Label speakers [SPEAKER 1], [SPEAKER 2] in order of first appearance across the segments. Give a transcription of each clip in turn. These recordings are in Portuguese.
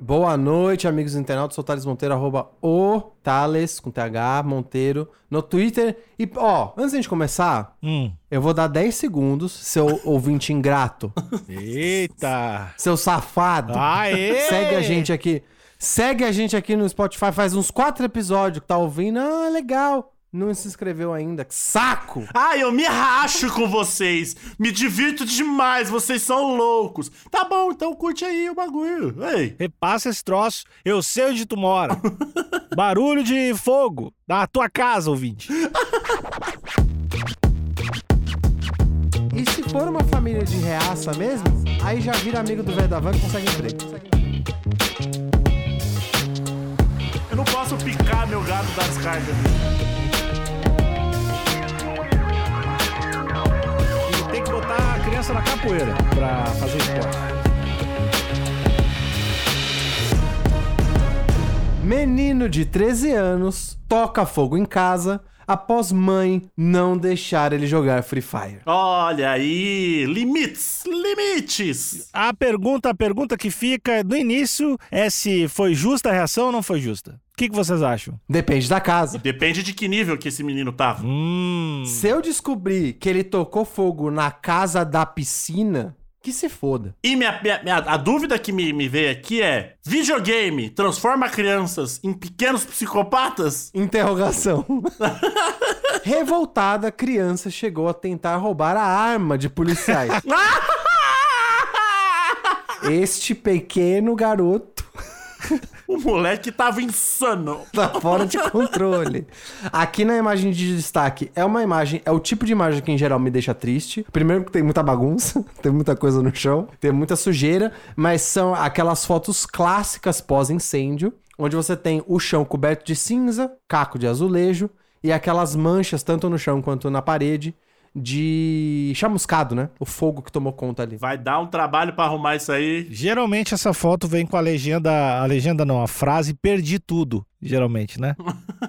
[SPEAKER 1] Boa noite, amigos internautas. Sou o Thales Monteiro, arroba o Thales, com TH, Monteiro, no Twitter. E, ó, antes da gente começar,
[SPEAKER 2] Hum.
[SPEAKER 1] eu vou dar 10 segundos, seu ouvinte ingrato,
[SPEAKER 2] Eita!
[SPEAKER 1] seu safado.
[SPEAKER 2] Aê!
[SPEAKER 1] Segue a gente aqui. Segue a gente aqui no Spotify, faz uns 4 episódios que tá ouvindo. Ah, é legal. Não se inscreveu ainda. Que saco!
[SPEAKER 3] Ah, eu me racho com vocês! Me divirto demais, vocês são loucos! Tá bom, então curte aí o bagulho. Ei!
[SPEAKER 2] Repassa esse troço, eu sei onde tu mora. Barulho de fogo da tua casa, ouvinte.
[SPEAKER 1] E se for uma família de reaça mesmo, aí já vira amigo do velho da van que consegue emprego.
[SPEAKER 3] Eu não posso picar meu gato das cargas.
[SPEAKER 2] E tem que botar a criança na capoeira pra fazer esporte.
[SPEAKER 1] Menino de 13 anos toca fogo em casa após mãe não deixar ele jogar Free Fire.
[SPEAKER 3] Olha aí! Limites! Limites!
[SPEAKER 2] A pergunta, a pergunta que fica no início é se foi justa a reação ou não foi justa. O que, que vocês acham?
[SPEAKER 1] Depende da casa.
[SPEAKER 3] Depende de que nível que esse menino tá. tava.
[SPEAKER 2] Hum.
[SPEAKER 1] Se eu descobrir que ele tocou fogo na casa da piscina, que se foda.
[SPEAKER 3] E minha, minha- minha- a dúvida que me, me veio aqui é: videogame transforma crianças em pequenos psicopatas?
[SPEAKER 1] Interrogação. Revoltada, a criança chegou a tentar roubar a arma de policiais. este pequeno garoto
[SPEAKER 3] O moleque tava insano.
[SPEAKER 1] tá fora de controle. Aqui na imagem de destaque é uma imagem, é o tipo de imagem que em geral me deixa triste. Primeiro porque tem muita bagunça, tem muita coisa no chão, tem muita sujeira, mas são aquelas fotos clássicas pós-incêndio, onde você tem o chão coberto de cinza, caco de azulejo e aquelas manchas tanto no chão quanto na parede de chamuscado, né? O fogo que tomou conta ali.
[SPEAKER 3] Vai dar um trabalho pra arrumar isso aí.
[SPEAKER 2] Geralmente essa foto vem com a legenda, a legenda não, a frase perdi tudo, geralmente, né?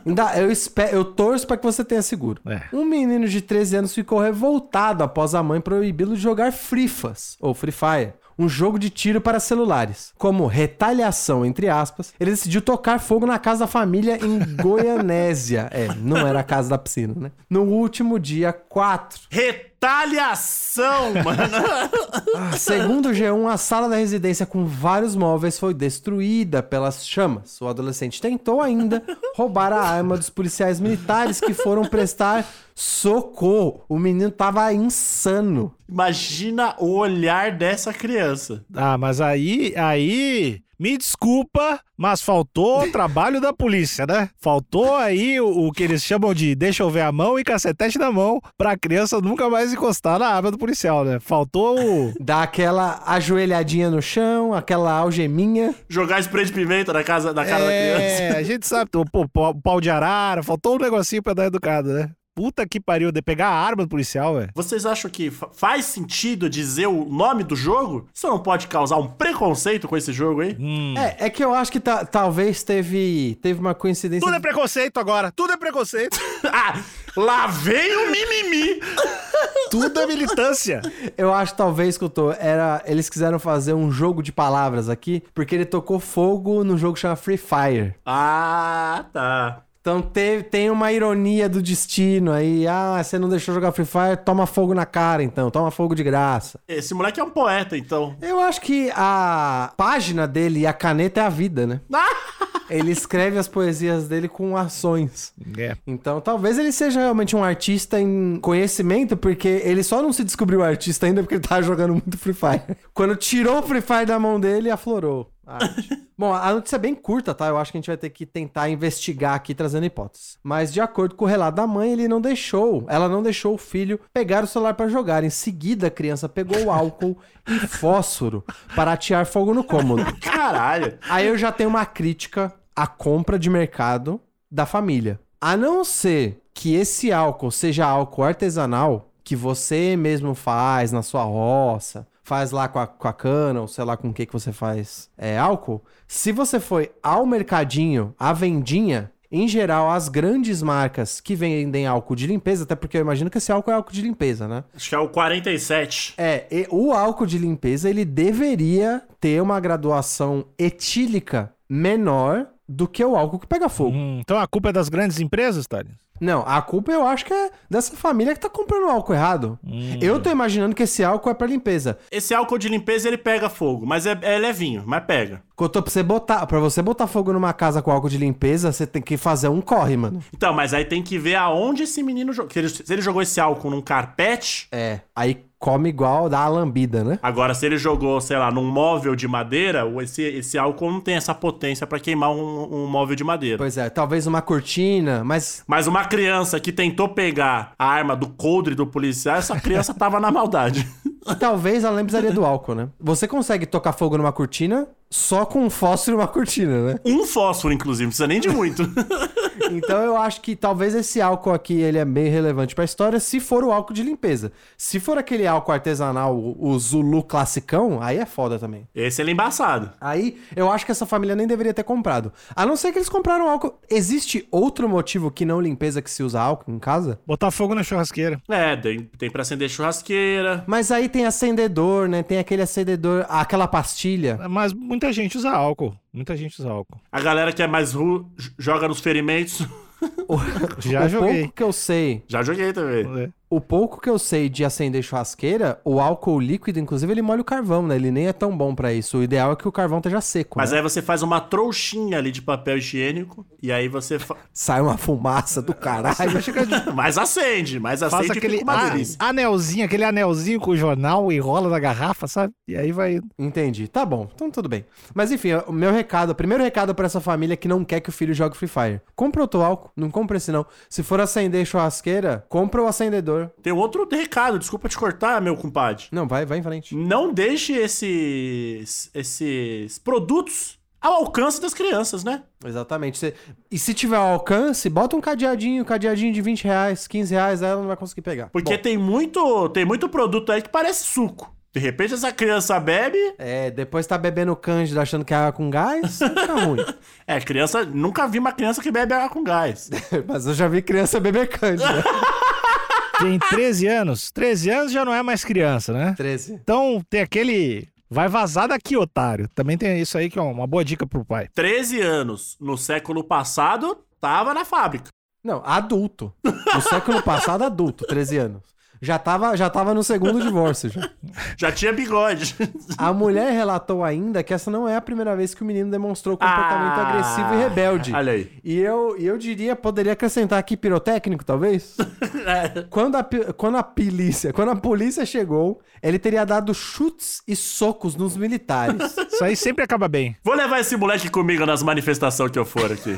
[SPEAKER 1] Ainda- Eu, espero, eu torço pra que você tenha seguro.
[SPEAKER 2] É.
[SPEAKER 1] Um menino de 13 anos ficou revoltado após a mãe proibi-lo de jogar Frifas, ou Free Fire, um jogo de tiro para celulares. Como retaliação, entre aspas, ele decidiu tocar fogo na casa da família em Goianésia. É, não era a casa da piscina, né? No último dia 4.
[SPEAKER 3] Retaliação, mano.
[SPEAKER 1] Segundo o G1, a sala da residência com vários móveis foi destruída pelas chamas. O adolescente tentou ainda roubar a arma dos policiais militares que foram prestar socorro. O menino tava insano.
[SPEAKER 3] Imagina o olhar dessa criança.
[SPEAKER 2] Ah, mas aí, aí, me desculpa, mas faltou o trabalho da polícia, né? Faltou aí o, o que eles chamam de deixa eu ver a mão e cacetete na mão pra criança nunca mais encostar na arma do policial, né? Faltou o...
[SPEAKER 1] Dá aquela ajoelhadinha no chão, aquela algeminha.
[SPEAKER 3] Jogar spray de pimenta na casa, na cara da criança.
[SPEAKER 2] É, a gente sabe, pô, pô, pau de arara, faltou um negocinho pra dar educado, né? Puta que pariu, de pegar a arma do policial, velho.
[SPEAKER 3] Vocês acham que fa- faz sentido dizer o nome do jogo? Isso não pode causar um preconceito com esse jogo aí?
[SPEAKER 1] É, é que eu acho que ta- talvez teve, teve uma coincidência.
[SPEAKER 2] Tudo é preconceito agora, tudo é preconceito.
[SPEAKER 3] ah, lá vem o mimimi.
[SPEAKER 2] tudo é militância.
[SPEAKER 1] Eu acho talvez que era eles quiseram fazer um jogo de palavras aqui, porque ele tocou fogo num jogo que chama Free Fire.
[SPEAKER 3] Ah, tá.
[SPEAKER 1] Então te- tem uma ironia do destino aí. Ah, você não deixou jogar Free Fire, toma fogo na cara então, toma fogo de graça.
[SPEAKER 3] Esse moleque é um poeta, então.
[SPEAKER 1] Eu acho que a página dele e a caneta é a vida, né? Ele escreve as poesias dele com ações.
[SPEAKER 2] É.
[SPEAKER 1] Então talvez ele seja realmente um artista em conhecimento, porque ele só não se descobriu artista ainda porque ele tava jogando muito Free Fire. Quando tirou o Free Fire da mão dele, aflorou. a arte. Bom, a notícia é bem curta, tá? Eu acho que a gente vai ter que tentar investigar aqui trazendo hipóteses. Mas de acordo com o relato da mãe, ele não deixou, ela não deixou o filho pegar o celular para jogar. Em seguida, a criança pegou o álcool e fósforo para atear fogo no cômodo.
[SPEAKER 3] Caralho.
[SPEAKER 1] Aí eu já tenho uma crítica à compra de mercado da família. A não ser que esse álcool seja álcool artesanal, que você mesmo faz na sua roça, faz lá com a, com a cana, ou sei lá com o que que você faz é, álcool. Se você foi ao mercadinho, à vendinha, em geral, as grandes marcas que vendem álcool de limpeza, até porque eu imagino que esse álcool é álcool de limpeza, né?
[SPEAKER 3] Acho que é o 47.
[SPEAKER 1] É, e o álcool de limpeza ele deveria ter uma graduação etílica menor do que o álcool que pega fogo.
[SPEAKER 2] Hum, então a culpa é das grandes empresas, Thales?
[SPEAKER 1] Não, a culpa eu acho que é dessa família que tá comprando o álcool errado. Eu tô imaginando que esse álcool é pra limpeza.
[SPEAKER 3] Esse álcool de limpeza ele pega fogo, mas é, é levinho, mas pega.
[SPEAKER 1] Cotô, pra você botar, para você botar fogo numa casa com álcool de limpeza, você tem que fazer um corre, mano.
[SPEAKER 3] Então, mas aí tem que ver aonde esse menino jogou. Se ele, se ele jogou esse álcool num carpete,
[SPEAKER 1] É, aí come igual dá a lambida, né?
[SPEAKER 3] agora se ele jogou, sei lá, num móvel de madeira, o- esse, esse álcool não tem essa potência pra queimar um, um móvel de madeira.
[SPEAKER 1] Pois é, talvez uma cortina, mas
[SPEAKER 3] Mas uma criança que tentou pegar a arma do coldre do policial, essa criança tava na maldade.
[SPEAKER 1] talvez ela nem precisaria do álcool, né? Você consegue tocar fogo numa cortina só com um fósforo e uma cortina, né?
[SPEAKER 3] Um fósforo, inclusive, não precisa nem de muito.
[SPEAKER 1] Então eu acho que talvez esse álcool aqui ele é meio relevante pra história se for o álcool de limpeza. Se for aquele álcool artesanal, o o Zulu classicão, aí é foda também.
[SPEAKER 3] Esse ele é embaçado.
[SPEAKER 1] Aí eu acho que essa família nem deveria ter comprado. A não ser que eles compraram álcool. Existe outro motivo que não limpeza que se usa álcool em casa?
[SPEAKER 2] Botar fogo na churrasqueira.
[SPEAKER 3] É, tem, tem pra acender churrasqueira.
[SPEAKER 1] Mas aí tem acendedor, né? Tem aquele acendedor, aquela pastilha.
[SPEAKER 2] Mas muita gente usa álcool. Muita gente usa álcool.
[SPEAKER 3] A galera que é mais ru j- joga nos ferimentos.
[SPEAKER 1] O,
[SPEAKER 2] Já
[SPEAKER 1] o
[SPEAKER 2] joguei.
[SPEAKER 1] pouco que eu sei,
[SPEAKER 3] Já joguei também.
[SPEAKER 2] É.
[SPEAKER 1] o pouco que eu sei de acender churrasqueira, o álcool líquido, inclusive, ele molha o carvão, né? Ele nem é tão bom pra isso. O ideal é que o carvão esteja seco.
[SPEAKER 3] Mas
[SPEAKER 1] né?
[SPEAKER 3] aí você faz uma trouxinha ali de papel higiênico e aí você. fa-
[SPEAKER 1] Sai uma fumaça do caralho.
[SPEAKER 3] mas acende, mas acende
[SPEAKER 2] Faz
[SPEAKER 3] e
[SPEAKER 2] aquele Ah.
[SPEAKER 3] fica uma
[SPEAKER 2] a-
[SPEAKER 3] delícia.
[SPEAKER 2] anelzinho, aquele anelzinho com o jornal e rola na garrafa, sabe? E aí vai. indo.
[SPEAKER 1] Entendi. Tá bom, então tudo bem. Mas enfim, o meu recado, o primeiro recado pra essa família que não quer que o filho jogue Free Fire. Compra outro álcool, não compra esse não. Se for acender churrasqueira, compra o acendedor.
[SPEAKER 3] Tem um outro recado, desculpa te cortar, meu compadre.
[SPEAKER 1] Não, vai, vai em frente.
[SPEAKER 3] Não deixe esses, esses produtos ao alcance das crianças, né?
[SPEAKER 1] Exatamente. Você- E se tiver alcance, bota um cadeadinho, cadeadinho de 20 reais, 15 reais, aí ela não vai conseguir pegar.
[SPEAKER 3] Porque
[SPEAKER 1] Bom,
[SPEAKER 3] tem muito tem muito produto aí que parece suco. De repente essa criança bebe.
[SPEAKER 1] é, depois tá bebendo cândida achando que é água com gás, fica ruim.
[SPEAKER 3] É, criança. Nunca vi uma criança que bebe água com gás.
[SPEAKER 1] Mas eu já vi criança beber cândida.
[SPEAKER 2] Tem 13 anos. 13 anos já não é mais criança, né?
[SPEAKER 1] 13.
[SPEAKER 2] Então tem aquele. Vai vazar daqui, otário. Também tem isso aí que é uma boa dica pro pai.
[SPEAKER 3] 13 anos no século passado, tava na fábrica.
[SPEAKER 1] Não, adulto. No século passado, adulto, 13 anos. Já tava, já tava no segundo divórcio. Já.
[SPEAKER 3] Já tinha bigode.
[SPEAKER 1] A mulher relatou ainda que essa não é a primeira vez que o menino demonstrou comportamento
[SPEAKER 3] Ah,
[SPEAKER 1] agressivo e rebelde.
[SPEAKER 3] Olha aí.
[SPEAKER 1] E eu, e eu diria, poderia acrescentar aqui pirotécnico, talvez? quando, a, pi- quando a polícia, quando a polícia chegou, ele teria dado chutes e socos nos militares.
[SPEAKER 2] Isso aí sempre acaba bem.
[SPEAKER 3] Vou levar esse moleque comigo nas manifestações que eu for aqui.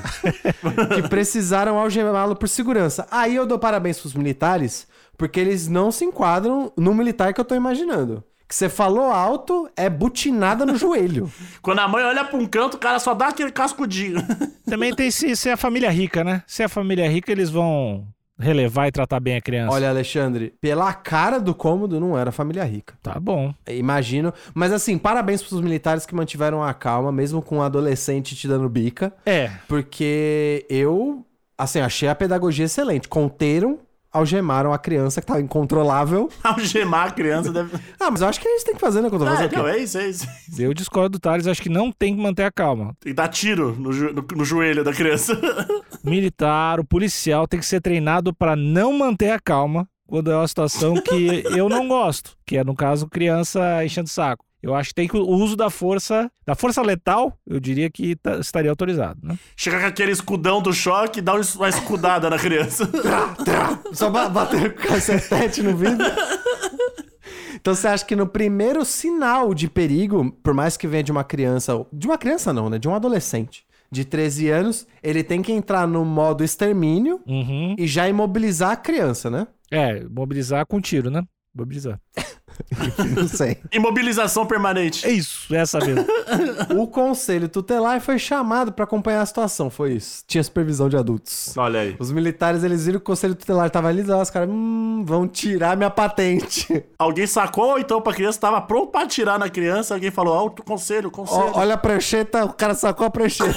[SPEAKER 1] que precisaram algemá-lo por segurança. Aí eu dou parabéns pros militares, porque eles não se enquadram no militar que eu tô imaginando. Que você falou alto, é butinada no joelho.
[SPEAKER 3] Quando a mãe olha pra um canto, o cara só dá aquele cascudinho.
[SPEAKER 2] Também tem se, se é a família rica, né? Se é a família rica, eles vão relevar e tratar bem a criança.
[SPEAKER 1] Olha, Alexandre, pela cara do cômodo, não era família rica.
[SPEAKER 2] Tá bom.
[SPEAKER 1] Imagino. Mas assim, parabéns pros militares que mantiveram a calma, mesmo com um adolescente te dando bica.
[SPEAKER 2] É.
[SPEAKER 1] Porque eu, assim, achei a pedagogia excelente. Conteram, algemaram a criança que tava incontrolável.
[SPEAKER 3] Algemar a criança deve.
[SPEAKER 1] Ah, mas eu acho que é isso que tem que fazer, né? Quando eu tô
[SPEAKER 3] Ah,
[SPEAKER 1] fazendo o quê?
[SPEAKER 3] não, é isso, é isso.
[SPEAKER 2] Eu discordo do Thales, acho que não tem que manter a calma.
[SPEAKER 3] Tem que dar tiro no, jo- no- no joelho da criança.
[SPEAKER 2] Militar, o policial tem que ser treinado pra não manter a calma quando é uma situação que eu não gosto, que é no caso criança enchendo o saco. Eu acho que tem que o uso da força, da força letal, eu diria que tá- estaria autorizado, né?
[SPEAKER 3] Chega com aquele escudão do choque e dá um es- uma escudada na criança.
[SPEAKER 1] Só ba- bater com o cacetete no vidro. Então você acha que no primeiro sinal de perigo, por mais que venha de uma criança, de uma criança não, né? De um adolescente de 13 anos, ele tem que entrar no modo extermínio
[SPEAKER 2] Uhum.
[SPEAKER 1] e já imobilizar a criança, né?
[SPEAKER 2] É, mobilizar com tiro, né? Mobilizar.
[SPEAKER 1] Não sei.
[SPEAKER 3] Imobilização permanente.
[SPEAKER 2] É isso, essa mesmo.
[SPEAKER 1] O conselho tutelar foi chamado pra acompanhar a situação, foi isso. Tinha supervisão de adultos.
[SPEAKER 3] Olha aí.
[SPEAKER 1] Os militares, eles viram que o conselho tutelar tava ali, os caras, hum, vão tirar minha patente.
[SPEAKER 3] Alguém sacou, então, pra criança, tava pronto pra atirar na criança. Alguém falou, alto conselho, conselho.
[SPEAKER 1] Ó, olha a prancheta, o cara sacou a prancheta.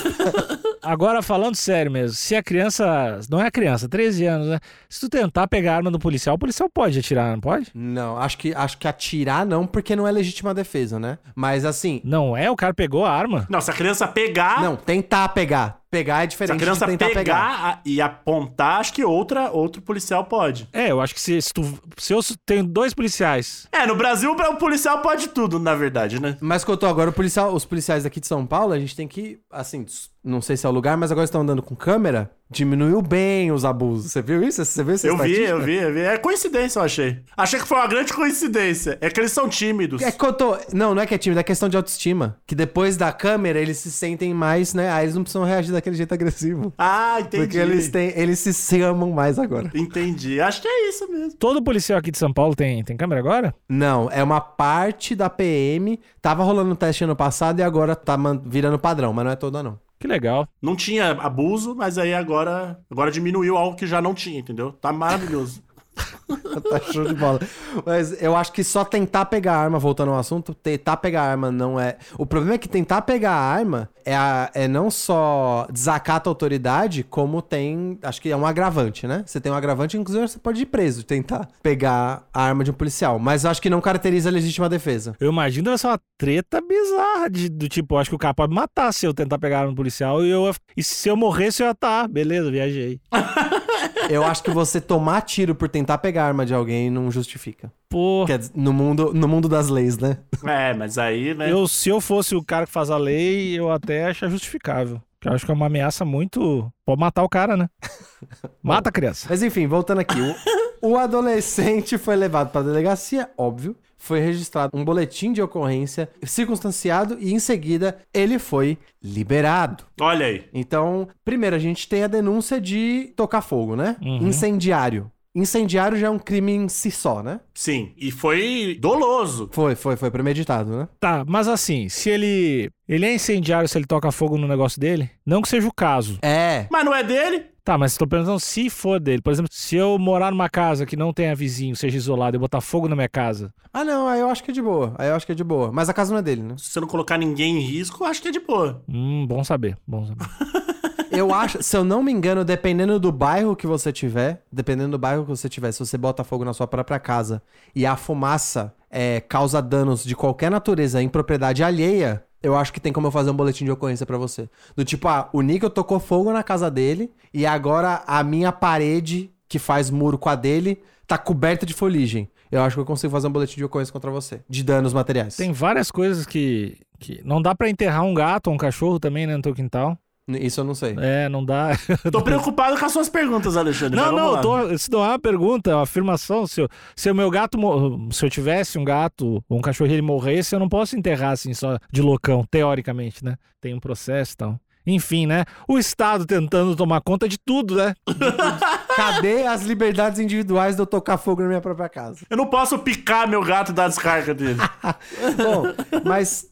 [SPEAKER 2] Agora, falando sério mesmo, se a criança. Não é a criança, 13 anos, né? Se tu tentar pegar a arma do policial, o policial pode atirar, não pode?
[SPEAKER 1] Não, acho que, acho que atirar não, porque não é legítima defesa, né? Mas assim,
[SPEAKER 2] Não é? O cara pegou a arma?
[SPEAKER 3] Não, se a criança pegar...
[SPEAKER 1] não, tentar pegar. Pegar é
[SPEAKER 3] Se a
[SPEAKER 1] diferente
[SPEAKER 3] Ah! criança
[SPEAKER 1] de tentar
[SPEAKER 3] pegar,
[SPEAKER 1] pegar.
[SPEAKER 3] a- e apontar, acho que outra, outro policial pode.
[SPEAKER 2] É, eu acho que se, se tu. Se eu tenho dois policiais.
[SPEAKER 3] É, no Brasil o policial pode tudo, na verdade, né?
[SPEAKER 1] Mas contou agora, o policial- os policiais aqui de São Paulo, a gente tem que, assim, s- não sei se é o lugar, mas agora estão andando com câmera, diminuiu bem os abusos. Você viu isso? Você viu essa
[SPEAKER 3] Eu vi,
[SPEAKER 1] estatística?
[SPEAKER 3] eu vi, eu vi. É coincidência, eu achei. Achei que foi uma grande coincidência. É que eles são tímidos.
[SPEAKER 1] É que eu tô- Não, não é que é tímido, é questão de autoestima. Que depois da câmera eles se sentem mais, né? Aí eles não precisam reagir daquele jeito agressivo.
[SPEAKER 3] Ah, entendi.
[SPEAKER 1] Porque eles têm. Eles se, se amam mais agora.
[SPEAKER 3] Entendi. Acho que é isso mesmo.
[SPEAKER 2] Todo policial aqui de São Paulo tem, tem câmera agora?
[SPEAKER 1] Não, é uma parte da PM. Tava rolando um teste ano passado e agora tá man- virando padrão, mas não é toda, não.
[SPEAKER 2] Que legal.
[SPEAKER 3] Não tinha abuso, mas aí agora, agora diminuiu algo que já não tinha, entendeu? Tá maravilhoso.
[SPEAKER 1] Tá show de bola. Mas eu acho que só tentar pegar a arma, voltando ao assunto, tentar pegar a arma não é. O problema é que tentar pegar a arma é, a- é não só desacato à autoridade, como tem. Acho que é um agravante, né? Você tem um agravante, inclusive você pode ir preso de tentar pegar a arma de um policial. Mas eu acho que não caracteriza a legítima defesa.
[SPEAKER 2] Eu imagino essa é uma treta bizarra de- do tipo, eu acho que o cara pode me matar se eu tentar pegar a arma do policial e eu e se eu morresse eu ia tá, beleza, viajei.
[SPEAKER 1] Eu acho que você tomar tiro por tentar pegar a arma de alguém não justifica.
[SPEAKER 2] Pô,
[SPEAKER 1] Quer dizer, no mundo, no mundo das leis, né?
[SPEAKER 3] é, mas aí, né?
[SPEAKER 2] eu se eu fosse o cara que faz a lei, eu até acho justificável. Eu acho que é uma ameaça muito, pode matar o cara, né? Mata a criança.
[SPEAKER 1] Mas enfim, voltando aqui. O, o adolescente foi levado para a delegacia, óbvio. Foi registrado um boletim de ocorrência circunstanciado e em seguida ele foi liberado.
[SPEAKER 3] Olha aí.
[SPEAKER 1] Então, primeiro a gente tem a denúncia de tocar fogo, né? Incendiário. Incendiário já é um crime em si só, né?
[SPEAKER 3] Sim. E foi doloso.
[SPEAKER 1] Foi, foi, foi premeditado, né?
[SPEAKER 2] Tá, mas assim, se ele ele é incendiário se ele toca fogo no negócio dele, não que seja o caso.
[SPEAKER 1] É.
[SPEAKER 3] Mas não é dele?
[SPEAKER 2] Tá, mas tô perguntando se for dele. Por exemplo, se eu morar numa casa que não tenha vizinho, seja isolado, eu botar fogo na minha casa,
[SPEAKER 1] Ah, não, aí eu acho que é de boa. Aí eu acho que é de boa. Mas a casa não é dele, né?
[SPEAKER 3] Se você não colocar ninguém em risco, eu acho que é de boa.
[SPEAKER 2] Hum, bom saber, bom saber.
[SPEAKER 1] Eu acho, se eu não me engano, dependendo do bairro que você tiver, dependendo do bairro que você tiver, se você bota fogo na sua própria casa e a fumaça é, causa danos de qualquer natureza em propriedade alheia, eu acho que tem como eu fazer um boletim de ocorrência pra você. Do tipo, ah, o Nico tocou fogo na casa dele e agora a minha parede, que faz muro com a dele, tá coberta de foligem. Eu acho que eu consigo fazer um boletim de ocorrência contra você, de danos materiais.
[SPEAKER 2] Tem várias coisas que, que. Não dá pra enterrar um gato ou um cachorro também, né, no teu quintal.
[SPEAKER 1] Isso eu não sei.
[SPEAKER 2] É, não dá.
[SPEAKER 3] Tô preocupado com as suas perguntas, Alexandre.
[SPEAKER 2] não,
[SPEAKER 3] mas vamos
[SPEAKER 2] não,
[SPEAKER 3] lá.
[SPEAKER 2] eu tô, isso não é uma pergunta, é uma afirmação. Se, eu, se o meu gato. mor- Se eu tivesse um gato ou um cachorro e ele morresse, eu não posso enterrar assim só de loucão, teoricamente, né? Tem um processo e tal. Enfim, né? O Estado tentando tomar conta de tudo, né?
[SPEAKER 1] Cadê as liberdades individuais de eu tocar fogo na minha própria casa?
[SPEAKER 3] Eu não posso picar meu gato e dar descarga dele.
[SPEAKER 1] Bom, mas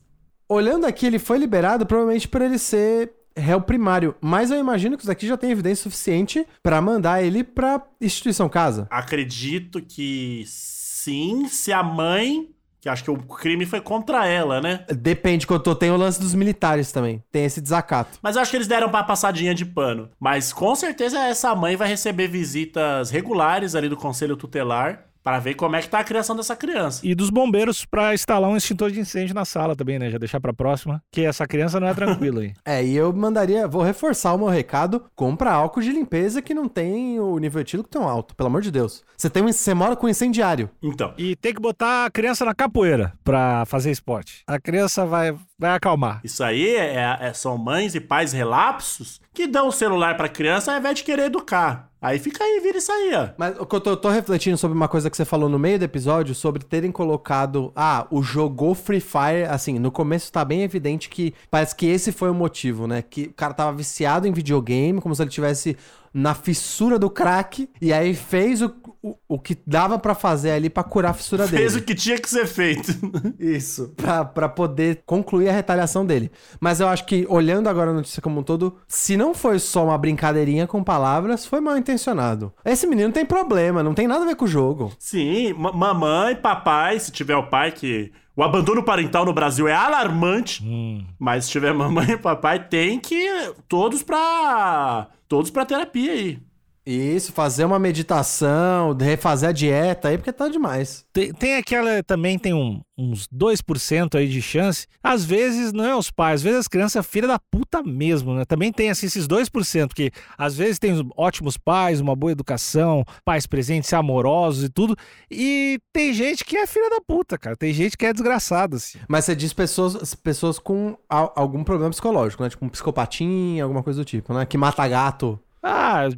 [SPEAKER 1] olhando aqui, ele foi liberado provavelmente por ele ser réu primário. Mas eu imagino que isso daqui já tem evidência suficiente pra mandar ele pra instituição casa.
[SPEAKER 3] Acredito que sim, se a mãe. Que acho que o crime foi contra ela, né?
[SPEAKER 1] Depende, que eu tô. Tem o lance dos militares também. Tem esse desacato.
[SPEAKER 3] Mas eu acho que eles deram uma passadinha de pano. Mas com certeza essa mãe vai receber visitas regulares ali do conselho tutelar para ver como é que tá a criação dessa criança.
[SPEAKER 2] E dos bombeiros pra instalar um extintor de incêndio na sala também, né? Já deixar pra próxima. Que essa criança não é tranquila aí.
[SPEAKER 1] É, e eu mandaria. Vou reforçar o meu recado: compra álcool de limpeza que não tem o nível etílico tão alto, pelo amor de Deus. Você tem um, você mora com um incendiário.
[SPEAKER 3] Então,
[SPEAKER 2] E tem que botar a criança na capoeira pra fazer esporte. A criança vai, vai acalmar.
[SPEAKER 3] isso aí é- é- são mães e pais relapsos que dão o celular pra criança ao invés de querer educar. Aí fica aí, vira isso aí, ó.
[SPEAKER 1] Mas o que eu tô, eu tô refletindo sobre uma coisa que você falou no meio do episódio, sobre terem colocado. Ah, o jogou Free Fire. Assim, no começo tá bem evidente que parece que esse foi o motivo, né? Que o cara tava viciado em videogame, como se ele tivesse na fissura do crack, e aí fez o, o, o que dava pra fazer ali pra curar a fissura dele.
[SPEAKER 3] Fez o que tinha que ser feito.
[SPEAKER 1] Isso, pra, pra poder concluir a retaliação dele. Mas eu acho que, olhando agora a notícia como um todo, se não foi só uma brincadeirinha com palavras, foi mal intencionado. Esse menino tem problema, não tem nada a ver com o jogo.
[SPEAKER 3] Sim, ma- mamãe, papai, se tiver o pai que. O abandono parental no Brasil é alarmante,
[SPEAKER 2] Hum.
[SPEAKER 3] mas se tiver mamãe e papai, tem que. Todos pra. Todos pra terapia aí.
[SPEAKER 1] Isso, fazer uma meditação, refazer a dieta aí, porque tá demais.
[SPEAKER 2] Tem, tem aquela também, tem um, uns 2% aí de chance. Às vezes não é os pais, às vezes as crianças é filha da puta mesmo, né? Também tem assim, esses 2%, porque às vezes tem os ótimos pais, uma boa educação, pais presentes, amorosos e tudo. E tem gente que é filha da puta, cara. Tem gente que é desgraçada, assim.
[SPEAKER 1] Mas você diz pessoas, pessoas com al- algum problema psicológico, né? Tipo um psicopatinho, alguma coisa do tipo, né? Que mata gato.
[SPEAKER 2] Ah,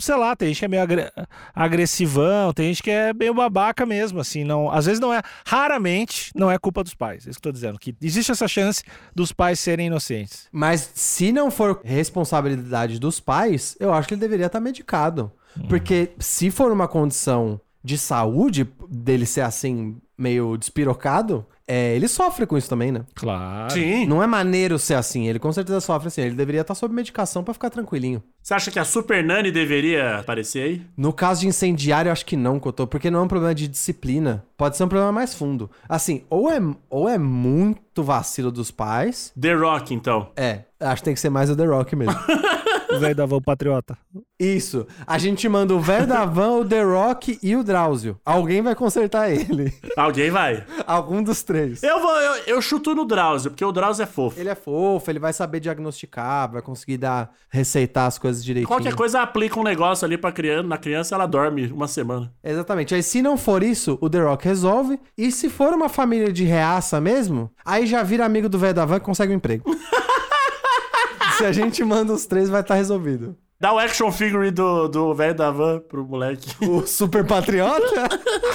[SPEAKER 2] sei lá, tem gente que é meio agre- agressivão, tem gente que é meio babaca mesmo, assim, não, às vezes não é, raramente não é culpa dos pais, é isso que eu tô dizendo, que existe essa chance dos pais serem inocentes.
[SPEAKER 1] Mas se não for responsabilidade dos pais, eu acho que ele deveria estar medicado. Porque se for uma condição de saúde dele ser assim, meio despirocado, é, ele sofre com isso também, né?
[SPEAKER 2] Claro.
[SPEAKER 3] Sim.
[SPEAKER 1] Não é maneiro ser assim, ele com certeza sofre assim. Ele deveria estar sob medicação pra ficar tranquilinho.
[SPEAKER 3] Você acha que a Super Nani deveria aparecer aí?
[SPEAKER 1] No caso de incendiário, eu acho que não, Cotô, porque não é um problema de disciplina. Pode ser um problema mais fundo. Assim, ou é, ou é muito vacilo dos pais.
[SPEAKER 3] The Rock, então.
[SPEAKER 1] É, acho que tem que ser mais o The Rock mesmo.
[SPEAKER 2] O velho da avó patriota.
[SPEAKER 1] Isso. A gente manda o velho da van, o The Rock e o Drauzio. Alguém vai consertar ele.
[SPEAKER 3] Alguém vai.
[SPEAKER 1] Algum dos três.
[SPEAKER 3] Eu vou, eu, eu chuto no Drauzio, porque o Drauzio é fofo.
[SPEAKER 1] Ele é fofo, ele vai saber diagnosticar, vai conseguir dar, receitar as coisas direitinho.
[SPEAKER 3] Qualquer coisa aplica um negócio ali pra criança, na criança ela dorme uma semana.
[SPEAKER 1] Exatamente. Aí se não for isso, o The Rock resolve. E se for uma família de reaça mesmo, aí já vira amigo do velho da van e consegue um emprego. se a gente manda os três, vai estar resolvido.
[SPEAKER 3] Dá o action figure do, do velho da van pro moleque.
[SPEAKER 1] O super patriota?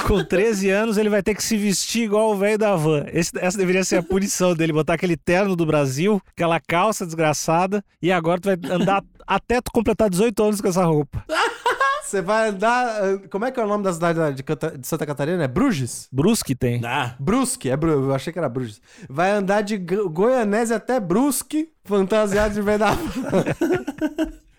[SPEAKER 2] Com 13 anos ele vai ter que se vestir igual o velho da van. Esse- essa deveria ser a punição dele, botar aquele terno do Brasil, aquela calça desgraçada, e agora tu vai andar até tu completar 18 anos com essa roupa.
[SPEAKER 1] Você vai andar. ah, Como é que é o nome da cidade lá de Canta- de Santa Catarina? É Bruges?
[SPEAKER 2] Brusque tem.
[SPEAKER 3] Ah,
[SPEAKER 1] Brusque, é Bru... eu achei que era Bruges. Vai andar de Go- Goianese até Brusque, fantasiado de velho da van.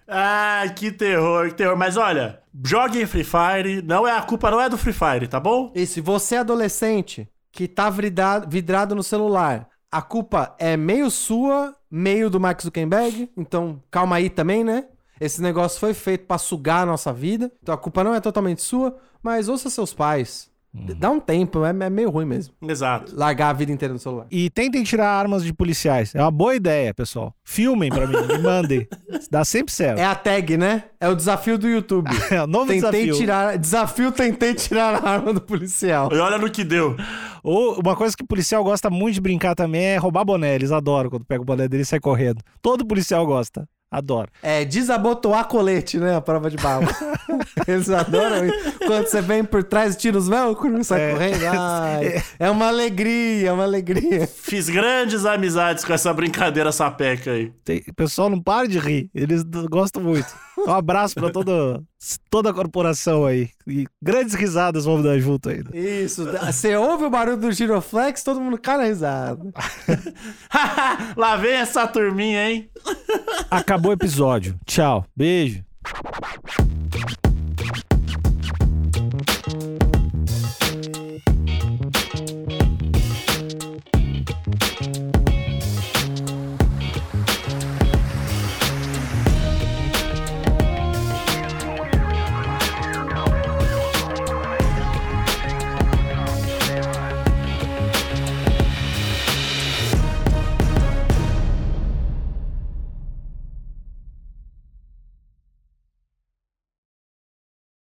[SPEAKER 3] ah, que terror, que terror. Mas olha, joguem Free Fire, não é a culpa não é do Free Fire, tá bom?
[SPEAKER 1] E se você é adolescente que tá vrida- vidrado no celular, a culpa é meio sua, meio do Mark Zuckerberg, então calma aí também, né? Esse negócio foi feito pra sugar a nossa vida, então a culpa não é totalmente sua, mas ouça seus pais.
[SPEAKER 2] Uhum.
[SPEAKER 1] D- Dá um tempo, é, é meio ruim mesmo.
[SPEAKER 3] Exato.
[SPEAKER 1] Largar a vida inteira no celular.
[SPEAKER 2] E tentem tirar armas de policiais. É uma boa ideia, pessoal. Filmem pra mim, me mandem. Dá sempre certo.
[SPEAKER 1] É a tag, né? É o desafio do YouTube.
[SPEAKER 2] É, o novo
[SPEAKER 1] Tentei
[SPEAKER 2] desafio.
[SPEAKER 1] tirar. Desafio, tentei tirar a arma do policial.
[SPEAKER 3] E olha no que deu.
[SPEAKER 2] Ou uma coisa que policial gosta muito de brincar também é roubar boné. Eles adoram quando pega o boné dele e sai correndo. Todo policial gosta. Adoro.
[SPEAKER 1] É, desabotoar colete, né? A prova de bala. Eles adoram isso. Quando você vem por trás, tira os velcros, sai
[SPEAKER 2] É.
[SPEAKER 1] correndo. Ai, é uma alegria, é uma alegria.
[SPEAKER 3] Fiz grandes amizades com essa brincadeira sapeca aí.
[SPEAKER 2] Tem- o pessoal não para de rir. Eles d- gostam muito. Um abraço pra toda, toda a corporação aí. E grandes risadas vamos dar junto ainda.
[SPEAKER 1] Isso. Você ouve o barulho do giroflex, todo mundo cai na risada.
[SPEAKER 3] Lá vem essa turminha, hein?
[SPEAKER 2] Acabou o episódio. Tchau. Beijo.